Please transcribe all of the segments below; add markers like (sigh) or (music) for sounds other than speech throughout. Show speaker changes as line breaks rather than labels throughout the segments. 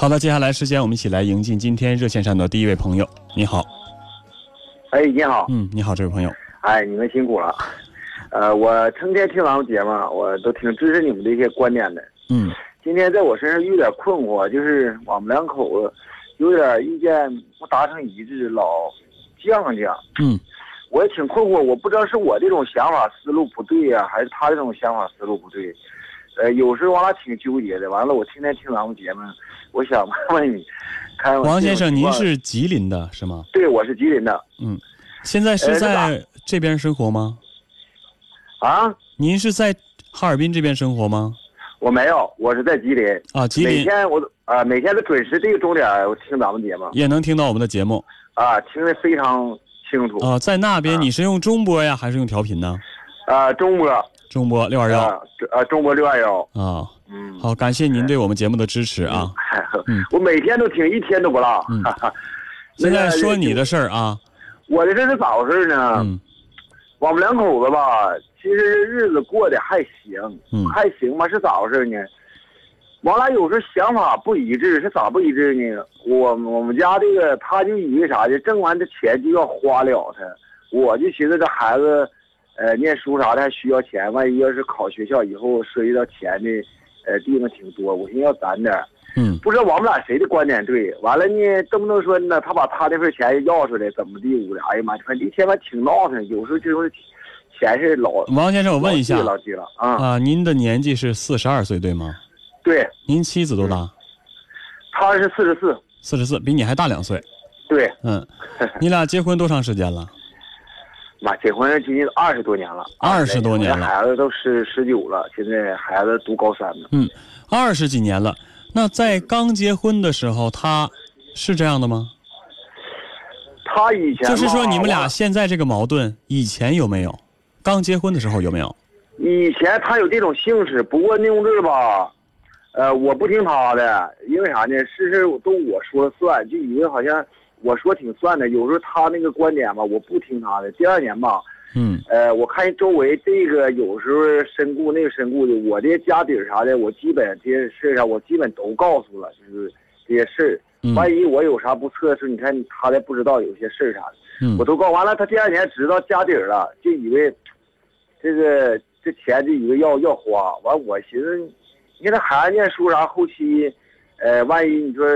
好的，接下来时间我们一起来迎进今天热线上的第一位朋友。你好，
哎，你好，
嗯，你好，这位朋友，
哎，你们辛苦了。呃，我成天听咱们节目，我都挺支持你们的一些观点的。
嗯
今天在我身上有点困惑，就是我们两口子有点意见不达成一致，老犟犟。
嗯
我也挺困惑，我不知道是我这种想法思路不对呀、还是他这种想法思路不对。呃，有时候我俩挺纠结的。完了，我天天听咱们节目，我想问问你，看
王先生，
这
您
种情况
是吉林的是吗？
对，我是吉林的
现在是
呃
在这边生活吗？
啊，
您是在哈尔滨这边生活吗？
我没有，我是在吉林。
啊，吉
每
林
天我都啊、每天都准时这个钟点儿我听咱们节目
也能听到我们的节目
啊、听得非常清楚啊、
啊，在那边你是用中波呀，还是用调频呢？
中波啊
中波六二幺
啊、中波六二幺，
啊，
嗯，
好，感谢您对我们节目的支持啊。嗯
我每天都听，一天都不落。
嗯
那
(laughs) 现
个
在说你的事儿啊，
我的这是咋回事呢？
嗯
我们两口子吧，其实日子过得还行，
嗯
还行吧，是咋回事呢？我俩有时候想法不一致，是咋不一致呢？我我们家这个，他就以为啥呢？挣完这钱就要花了他，我就寻思这孩子，呃，念书啥的还需要钱，万一要是考学校以后涉及到钱的，呃，地方挺多，我寻思要攒点儿。
嗯
不知道我们俩谁的观点对。完了呢，动不动说呢，他把他那份钱要出来，怎么地捂的？哎呀妈，反正一天吧挺闹腾，有时候就说钱是老
王先生，我嗯问一下
老记了啊、
啊，您的年纪是四十二岁对吗？
对，
您妻子多大？
他是四十四，
四十四，比你还大两岁。
对，
(laughs) 嗯，你俩结婚多长时间了？
妈结婚今年二十多年了，哎
二十多年了
我家孩子都十十九了，现在孩子读高三呢。
二十几年了。那在刚结婚的时候，他是这样的吗？
他以前吧
就是说，你们俩
我
现在这个矛盾，以前有没有？刚结婚的时候有没有？
以前他有这种性质，不过那种事吧，呃，我不听他的，因为啥呢？事事都我说了算，就以为好像我说挺算的。有时候他那个观点吧，我不听他的。第二年吧，
嗯
呃，我看周围这个有时候身故那个身故的，我这家底儿啥的，我基本这些事儿上我基本都告诉了，就是这些事儿。
嗯
万一我有啥不测试，你看他的不知道有些事儿啥的。
嗯
我都告完了，他第二年知道家底儿了，就以为这个这钱就以为要要花。完，我寻思，你看他孩子念书啥，后期，呃，万一你说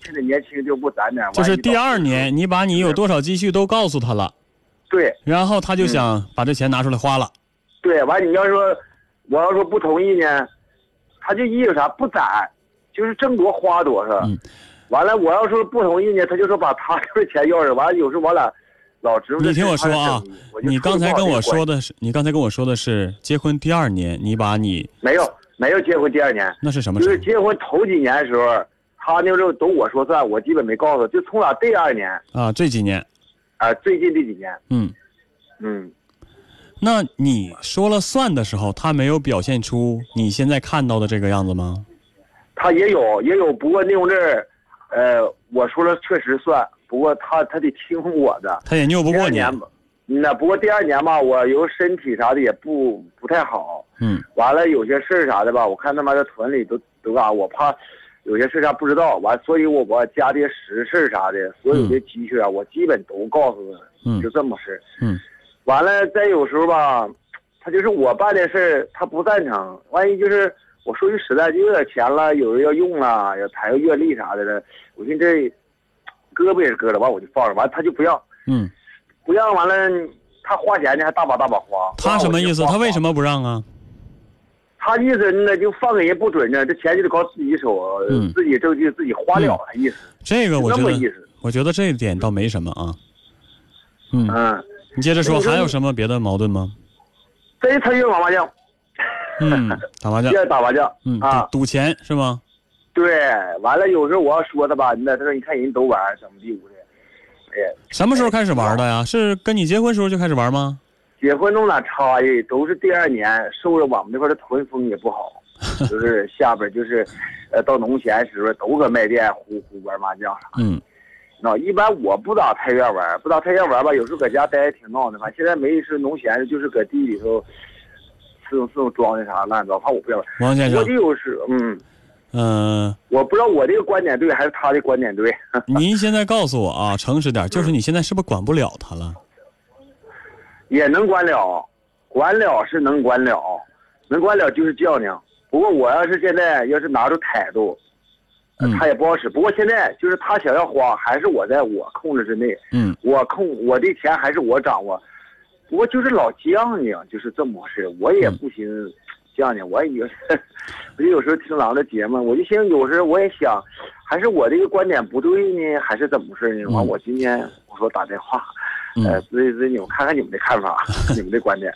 趁着年轻就不攒点儿，
就
万
是
一
第
到
二年，你把你有多少积蓄都告诉他了，
对
然后他就想把这钱拿出来花了。
对，完你要说我要说不同意呢，他就意思啥不攒，就是挣多花多少。
嗯
完了，我要说不同意呢，他就说把他这份钱要着。完了，有时候我俩老直
你听我说啊，你刚才跟我说的是，你刚才跟我说的是结婚第二年，你把你
没有没有结婚第二年。
那是什么
就
时
是
候？
结婚头几年的时候，他那时候都我说算，我基本没告诉他。就从俩第二年，
啊，这几年，
啊、最近这几年，
嗯，
嗯，
那你说了算的时候，他没有表现出你现在看到的这个样子吗？
他也有也有，不过那种事儿，呃，我说了确实算，不过他他得听我的。
他也拗不
第
过
二
你。
年吧，那不过第二年吧，我由身体啥的也不不太好，
嗯
完了有些事儿啥的吧，我看他妈的屯里都都干啥，我怕有些事儿啥不知道，完，所以我把家里的实事儿啥的，所有的积蓄啊，我基本都告诉他了，
嗯
就这么事儿。
嗯
完了，再有时候吧，他就是我办的事儿，他不赞成。万一就是我说句实在，就有点钱了，有人要用了，要抬个阅历啥的了，我寻思这胳膊也是割了，完我就放着，完他就不要，
嗯，
不让完了，他花钱呢还大把大把花。
他什么意思？他为什
么？
么不让啊？
他意思那就放给人不准呢，这钱就得靠自己手，
嗯
自己挣去自己花了，他意思
这个我
就
觉
这么意
得，
思。
我觉得这一点倒没什么啊。嗯，
嗯，
你接着说，
我觉得
还有什么别的矛盾吗？
这他愿打麻将，
嗯，打麻将
愿，打麻将，
嗯，
啊
赌赌钱是吗？
对，完了有时候我要说他吧，那他说你看人都玩儿怎么地不的，
什么时候开始玩的
哎
呀？是跟你结婚时候就开始玩吗？
结婚弄俩差异都是第二年，受着我们那块儿的屯风也
(laughs)
不好，就是下边儿就是，呃，到农闲时候都搁卖店呼呼玩麻将啥。
嗯
那啊一般我不咋太愿玩儿，不咋太愿玩儿吧，有时候搁家待着挺闹的，反正现在没事农闲就是搁地里头，伺候伺候庄稼啥乱糟，怕我不愿玩儿。
王先
我
生
就，有时嗯
嗯、
我不知道我这个观点对还是他的观点对。
您现在告诉我啊，诚实点，就是你现在是不是管不了他了？
也能管了，管了是能管了，能管了就是较量。不过我要是现在要是拿出态度，呃
嗯
他也不好使。不过现在就是他想要花，还是我在我控制之内，
嗯，
我控我的钱还是我掌握。不过就是老犟犟，就是这么回事。我也
嗯
不寻思犟犟，我也有， (laughs) 我就有时候听郎的节目，我就寻思有时候我也想，还是我这个观点不对呢，还是怎么回事呢？完，
嗯
我今天我说打电话。
嗯
呃，所以所以你们看看你们的看法，你们的观点。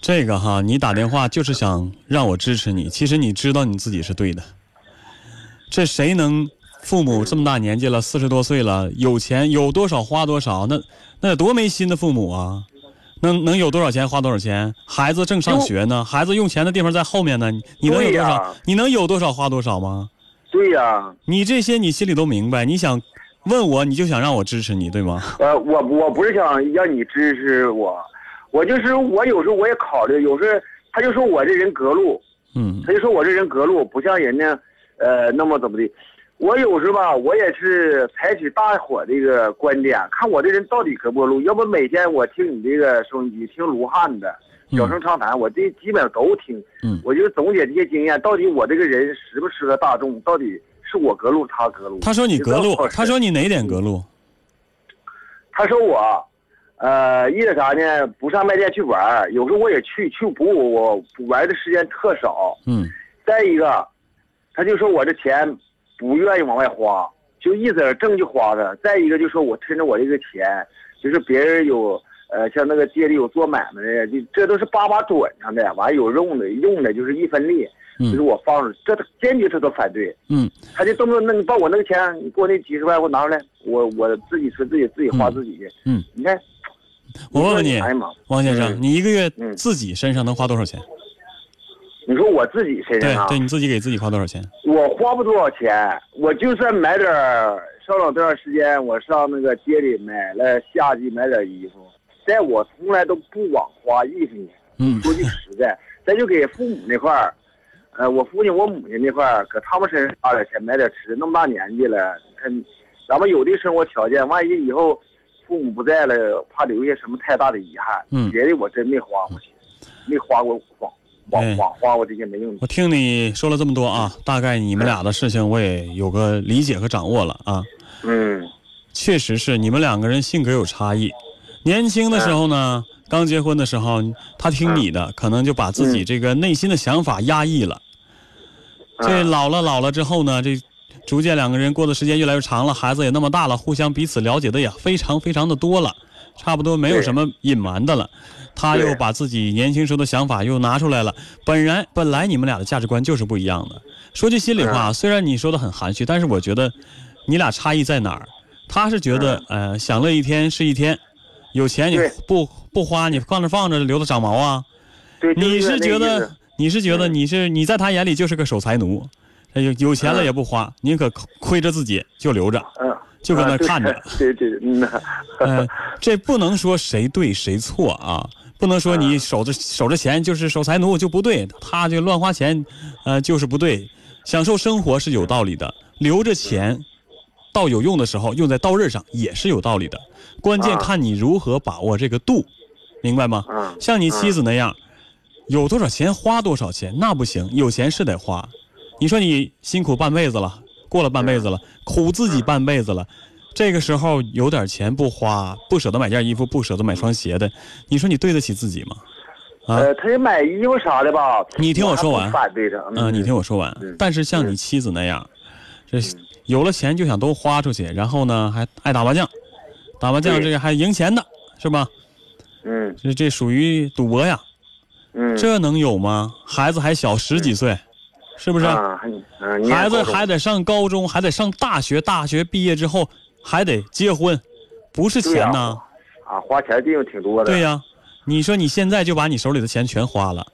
这个哈，你打电话就是想让我支持你，其实你知道你自己是对的。这谁能？父母这么大年纪了，四十多岁了，有钱有多少花多少，那那多没心的父母啊！能能有多少钱花多少钱？孩子正上学呢，孩子用钱的地方在后面呢，你你能有多
对
少？
呀
你能有多少花多少吗？
对呀、
你这些你心里都明白，你想问我，你就想让我支持你，对吗？
呃，我我不是想让你支持我，我就是我有时候我也考虑，有时候他就说我这人隔路，
嗯
他就说我这人隔路，不像人家，呃，那么怎么的。我有时候吧，我也是采取大伙这个观点，看我这人到底隔不隔路。要不每天我听你这个收音机，听卢汉的小声畅谈，我这基本上都听。
嗯，
我就总结这些经验，到底我这个人适不适合大众，到底是我隔路，他隔路。
他说你隔
你
路
知道，
他说你哪点隔路？
他说我，呃，因为啥呢？不上外店去玩儿，有时候我也去，去不我我玩的时间特少。
嗯
再一个，他就说我这钱不愿意往外花，就一子儿挣就花着。再一个就说我趁着我这个钱，就是别人有呃像那个街里有做买卖的，就这都是巴巴准上的，完有用的用的就是一分利，就是
嗯
我放着，这他坚决他都反对。
嗯
他就动不动，那你把我那个钱，你给我那几十万给我拿出来，我我自己吃自己自己花自己去。
嗯，
你看，
我问问你
哎呀妈，
王先生，
嗯
你一个月
嗯
自己身上能花多少钱？
你说我自己身
对
上啊
对，，你自己给自己花多少钱？
我花不多少钱，我就算买点儿，上了这段时间我上那个街里买了夏季买点衣服，但我从来都不枉花一分钱。
嗯
说句实在，咱就给父母那块儿，呃，我父亲我母亲那块儿，搁他们身上花点钱买点吃，那么大年纪了，你看，咱们有的生活条件，万一以后父母不在了，怕留下什么太大的遗憾。
嗯
别的我真没花过钱，没花过枉
哎
枉枉花过这些没用的。
我听你说了这么多啊，大概你们俩的事情我也有个理解和掌握了啊。
嗯
确实是你们两个人性格有差异。年轻的时候呢，
嗯
刚结婚的时候，他听你的，可能就把自己这个内心的想法压抑了。
嗯
这老了老了之后呢，这逐渐两个人过的时间越来越长了，孩子也那么大了，互相彼此了解的也非常非常的多了，差不多没有
对
什么隐瞒的了。他
对
又把自己年轻时候的想法又拿出来了，本然本来你们俩的价值观就是不一样的。说句心里
嗯
话，虽然你说的很含蓄，但是我觉得你俩差异在哪儿？他是觉得，呃，享乐一天是一天，有钱你
嗯对
不不花，你放着放着留着长毛啊。
对，就
你是
那
觉
意
得
思嗯
你是觉得你是你在他眼里就是个守财奴，哎有有钱了也不花，宁可亏着自己就留着，
嗯，
就搁那
啊对
看着。
(laughs) 对对，嗯呐，
呃，这不能说谁对谁错啊，不能说你
嗯
守着守着钱就是守财奴就不对，他就乱花钱，呃，就是不对。享受生活是有道理的，留着钱到有用的时候用在刀刃上也是有道理的，关键
啊
看你如何把握这个度，明白吗？
嗯
像你妻子那样，有多少钱花多少钱，那不行，有钱是得花。你说你辛苦半辈子了，过了半辈子
嗯
了，苦自己半辈子了，这个时候有点钱不花，不舍得买件衣服，不舍得买双鞋的，你说你对得起自己吗？啊
呃，他也买衣服啥的吧？
你听我说完
还不反对他，
嗯、你听我说完
嗯。
但是像你妻子那样，这有了钱就想都花出去，然后呢还爱打麻将，打麻将
对
这个还赢钱的，是吧？
嗯
这这属于赌博呀，
嗯，
这能有吗？孩子还小十几岁，是不
不
是？
啊，嗯，你
孩子
也高中
还得上高中，还得上大学，大学毕业之后还得结婚，不是
对呀
钱呐。
啊，花钱的地方挺多的。
对呀、你说你现在就把你手里的钱全花了，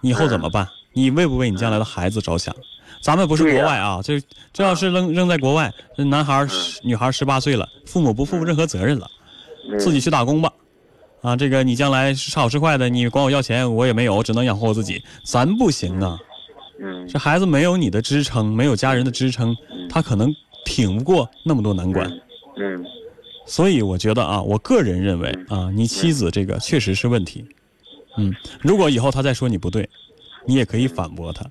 你以后怎么办？你为不为你将来的孩子着想？咱们不是
对呀
国外啊，这这要是扔扔在国外，这男孩儿、女孩十八岁了，父母不负任何责任了，
嗯，
自己去打工吧。啊，这个你将来是好是坏的，你管我要钱，我也没有，我只能养活我自己。咱不行啊，
嗯
这孩子没有你的支撑，没有家人的支撑，他可能挺不过那么多难关。
嗯
所以我觉得啊，我个人认为啊，你妻子这个确实是问题。嗯，如果以后他再说你不对，你也可以反驳他。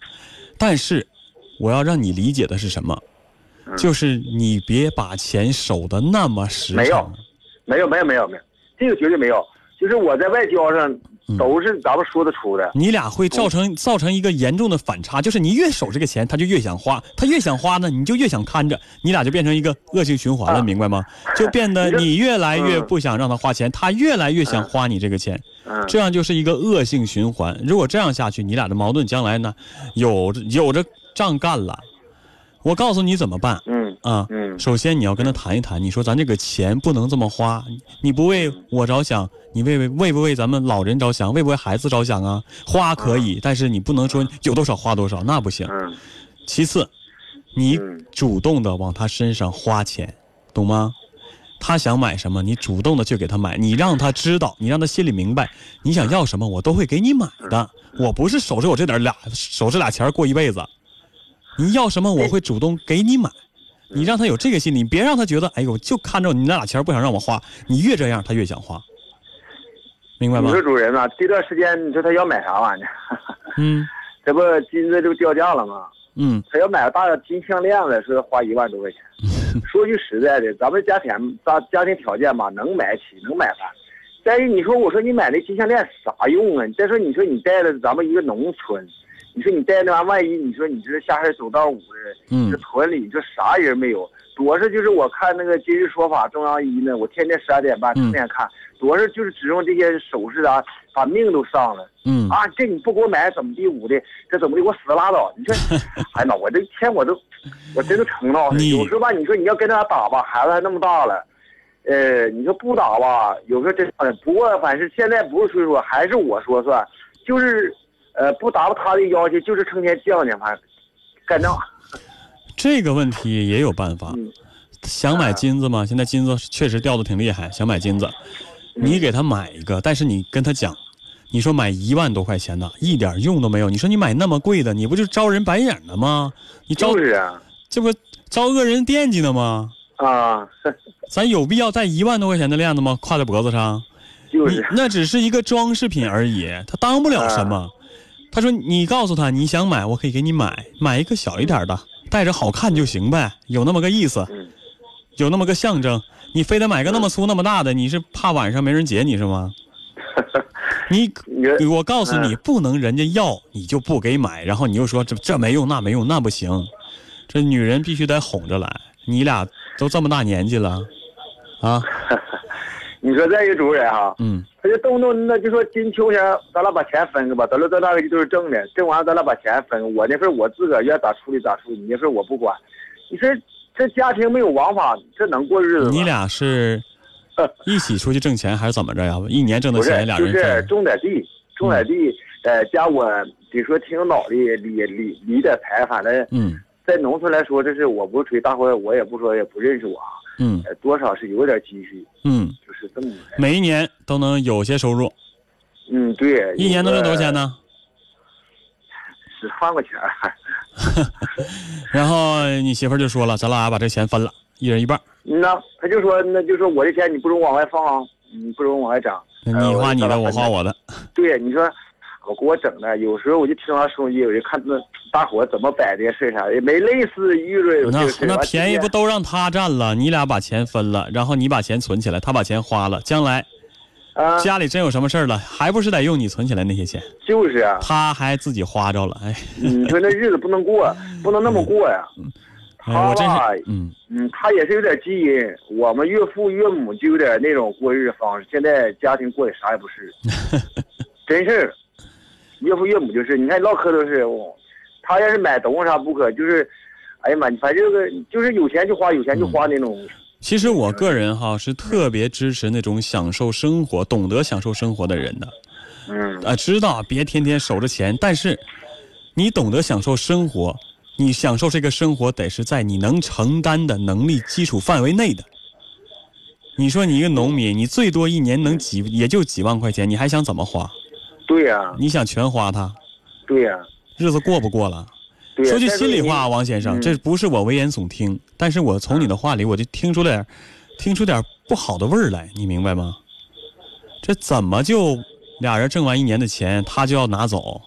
但是我要让你理解的是什么？就是你别把钱守得那么实诚。
没有没有没有没有没有，这个绝对没有。就是我在外交上
嗯
都是咱们说得出的，
你俩会造
嗯
成造成一个严重的反差，就是你越守这个钱，他就越想花，他越想花呢，你就越想看着，你俩就变成一个恶性循环了，
啊
明白吗？就变得
你这
你越来越
嗯
不想让他花钱，他越来越想花你这个钱，
嗯
这样就是一个恶性循环。如果这样下去，你俩的矛盾将来呢，有着有着仗干了。我告诉你怎么办
嗯
啊！
嗯
首先你要跟他谈一谈，你说咱这个钱不能这么花，你不为我着想，你为为为不为咱们老人着想，为不为孩子着想啊？花可以，但是你不能说有多少花多少，那不行。
嗯
其次，你
嗯
主动的往他身上花钱，懂吗？他想买什么，你主动的去给他买，你让他知道，你让他心里明白，你想要什么，我都会给你买的。我不是守着我这点俩守着俩钱儿过一辈子，你要什么我会主动给你买。你让他有这个心理，别让他觉得，哎呦，就看着你那俩钱儿不想让我花。你越这样，他越想花，明白
你
吗
说？主任呐、这段时间你说他要买啥玩意儿？
嗯
这不金子这不掉价了吗？
嗯
他要买个大金项链子，是花一万多
(laughs)
块钱。说句实在的，咱们家庭家家庭条件吧，能买起，能买完。但是你说，我说你买那金项链啥用啊？你再说，你说你带了咱们一个农村，你说你带那玩意儿，万一你说你这下海走道五的人，这
嗯
屯里这啥人没有？多少就是我看那个《今日说法》中央一呢，我天天十二点半
嗯
天天看，多少就是只用这些首饰啊，把命都上了。
嗯，
啊，这你不给我买怎么地捂的，这怎么的，我死拉倒。你
(laughs)
说，哎呀妈，我这一天我都，我真的成闹了。
你
有时候吧，你说你要跟他打吧，孩子还那么大了，呃，你说不打吧，有时候真呃不过反正现在不是说说，还是我说算，就是呃不达到他的要求，就是成天犟犟，反正干仗。
这个问题也有办法。
嗯
想买金子吗？现在金子确实掉的挺厉害，想买金子，你给他买一个，但是你跟他讲，你说买一万多块钱的，一点用都没有。你说你买那么贵的，你不就招人白眼了吗？你招
就是啊，
这不招恶人惦记呢吗？
啊，
咱有必要戴一万多块钱的链子吗？挎在脖子上，
就
你
是，
那只是一个装饰品而已，它当不了什么。他说：“你告诉他你想买，我可以给你买，买一个小一点的，戴着好看就行呗，有那么个意思。”
嗯
有那么个象征，你非得买个那么粗那么大的，你是怕晚上没人接你是吗？你
你说
我告诉你，不能人家要你就不给买，然后你又说这这没用那没用那不行，这女人必须得哄着来。你俩都这么大年纪了，啊，
你说再一个主啊任哈、
嗯
他就动不动那就说金秋钱，咱俩把钱分个吧，咱俩咱俩就是挣的，挣完咱俩把钱分个。我那份我自个儿愿咋处理咋处理，你那份我不管。你说这家庭没有王法，这能过日子吗？
你俩是一起出去挣钱还是怎么着
(laughs)
呀？一年挣的
不是
钱俩
就
人嗯
是
分，
种点地，种点地，呃，加我得说挺有脑力，理理理点财，反正
嗯
在农村来说，这是我不是吹大伙，我也不说也不认识我啊，
嗯
呃多少是有点积蓄，
嗯，
就是这么个。
每一年都能有些收入，
嗯，对，
一年能挣多少钱？呢？
呃十万块钱。
然后你媳妇儿就说了，咱俩把这钱分了，一人一半儿，
嗯呐，他就说，那就说我这钱你不准往外放啊，你不准往外整。
你
哎
花你的，我花。
就
我的。
对，你说我给我整的，有时候我就听他说一句，我就看那大伙怎么摆这些事儿啥的，也没类似遇着有这
那
个事儿。
那
完
便宜不都让他占了？你俩把钱分了，然后你把钱存起来，他把钱花了，将来
啊？
家里真有什么事儿了，还不是得用你存起来那些钱？
就是啊，
他还自己花着了，哎，
你说那日子不能过，不能那么过呀。
哎
他
我真
吧，
是，嗯
嗯，他也是有点基因，我们岳父岳母就有点那种过日子方式，现在家庭过得啥也不
(laughs)
是，真事儿。岳父岳母就是，你看唠嗑都是，我他要是买东西啥不可，就是，哎呀妈，反正这个就是有钱就花，有钱就花那种。
其实我个人哈是特别支持那种享受生活、懂得享受生活的人的。
嗯
啊，知道啊别天天守着钱，但是你懂得享受生活，你享受这个生活得是在你能承担的能力基础范围内的。你说你一个农民，你最多一年能几也就几万块钱，你还想怎么花？
对呀、
你想全花它，
对呀、
日子过不过了？
对
说句
再
心里
你
话，王先生，
嗯
这不是我危言耸听，但是我从你的话里我就听出点儿，听出点儿不好的味儿来，你明白吗？这怎么就俩人挣完一年的钱，他就要拿走，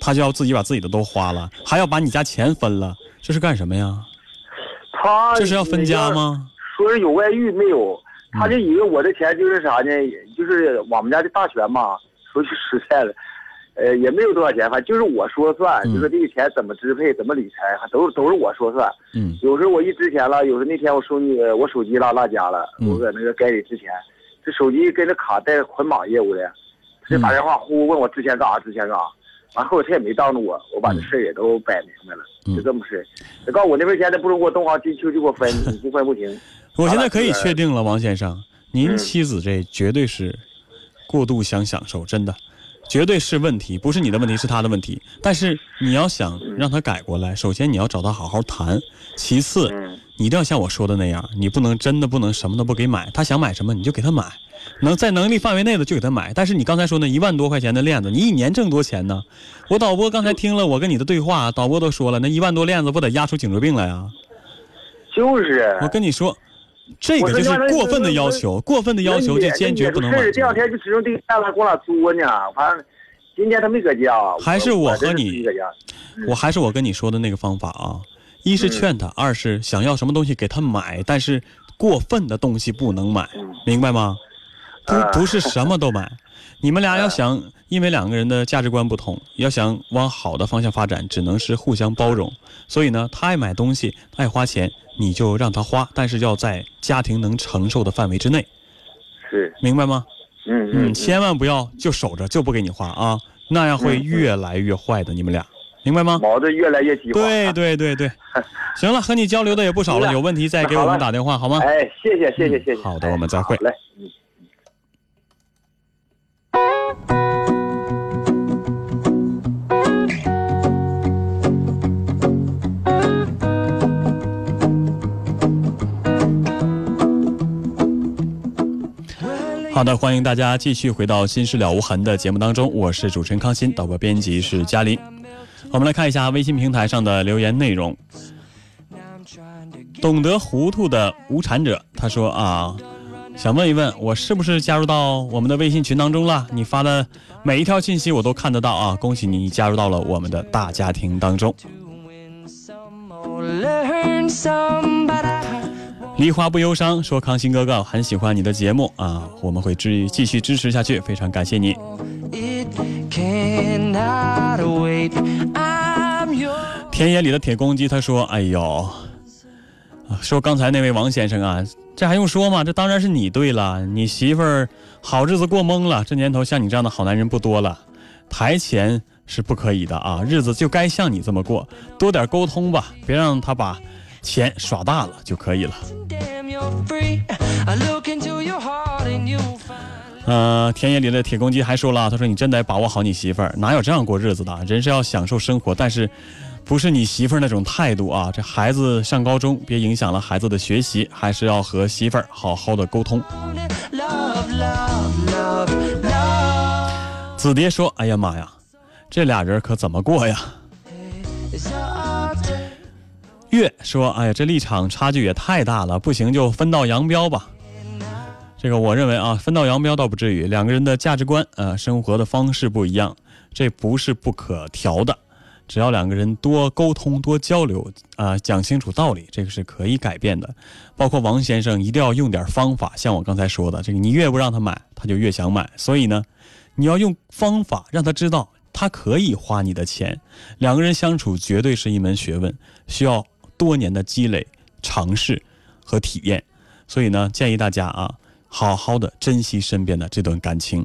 他就要自己把自己的都花了，还要把你家钱分了，这是干什么呀？
他
这是要分家？吗？
说是有外遇没有？
嗯
他就以为我的钱就是啥呢？就是我们家的大权嘛。说句实在的，呃，也没有多少钱，反正就是我说了算，
嗯
就是这个钱怎么支配、怎么理财，还都是都是我说算。
嗯
有时候我一支钱了，有时候那天我手机呃我手机落落家了，
嗯
我搁那个该里之前，这手机跟着卡带捆绑业务的，他就
嗯
打电话呼问我之前干啥之前干啥，完后来他也没当着我，我把这事儿也都摆明白了，
嗯
就这么事儿。他告诉我那份钱他不如给我东行金秋就给我分，你不分不行。
我现在可以
咱俩
确定了，王先生，您
嗯
妻子这绝对是过度想享受，真的，绝对是问题，不是你的问题，是他的问题。但是你要想让他改过来，首先你要找他好好谈，其次
嗯
你一定要像我说的那样，你不能真的不能什么都不给买，他想买什么你就给他买，能在能力范围内的就给他买。但是你刚才说那一万多块钱的链子，你一年挣多钱呢？我导播
嗯
刚才听了我跟你的对话，导播都说了，那一万多链子不得压出颈椎病来啊？
就是
我跟你说，这个就是过分的要求，过分的要求就坚决不能
那
满
你也是
足
这。两天就指着这个蛋了，给我俩作呢，反正今天他没搁家，
还是
我
我和你
我真是没搁家
我还是我跟你说的那个方法啊，一是劝他，二是想要什么东西给他买，但是过分的东西不能买，
嗯
明白吗？
啊
不不是什么都买，你们俩要想，因为两个人的价值观不同，要想往好的方向发展，只能是互相包容。所以呢，他爱买东西，他爱花钱，你就让他花，但是要在家庭能承受的范围之内，
是，
明白吗？
嗯
嗯，千万不要就守着就不给你花啊，那样会越来越坏的，你们俩明白吗？
矛盾越来越激化。
对对对 (laughs) 对，行了，和你交流的也不少了，有问题再给我们打电啊话好吗？
哎，谢谢谢谢谢谢。
好的我们再会
哎好嘞。
好的，欢迎大家继续回到《心事了无痕》的节目当中，我是主持人康欣，导播编辑是嘉林。我们来看一下微信平台上的留言内容。懂得糊涂的无产者，他说啊，想问一问我是不是加入到我们的微信群当中了？你发的每一条信息我都看得到啊！恭喜你，你加入到了我们的大家庭当中。
learn some, but I.
梨花不忧伤说：“康欣哥哥，很喜欢你的节目啊，我们会支继续支持下去，非常感谢你。
It cannot wait. I'm your ”
田野里的铁公鸡他说：“哎呦，啊说刚才那位王先生啊，这还用说吗？这当然是你对了，你媳妇儿好日子过懵了，这年头像你这样的好男人不多了，台前是不可以的啊，日子就该像你这么过，多点沟通吧，别让他把钱耍大了就可以了。”
damn, you're free. I look into your heart and you'll find.
呃，田野里的铁公鸡还说了啊，他说你真得把握好你媳妇儿，哪有这样过日子的啊？人是要享受生活，但是不是你媳妇儿那种态度啊？这孩子上高中，别影响了孩子的学习，还是要和媳妇儿好好的沟通。
Love, love, love, love
子蝶说：“哎呀妈呀，这俩人可怎么过呀？”
is our day.
月说：“哎呀，这立场差距也太大了，不行就分道扬镳吧。”这个我认为啊，分道扬镳倒不至于，两个人的价值观、呃，生活的方式不一样，这不是不可调的。只要两个人多沟通、多交流，啊、讲清楚道理，这个是可以改变的。包括王先生一定要用点方法，像我刚才说的，这个你越不让他买，他就越想买。所以呢，你要用方法让他知道，他可以花你的钱。两个人相处绝对是一门学问，需要多年的积累、尝试和体验。所以呢，建议大家啊，好好的珍惜身边的这段感情。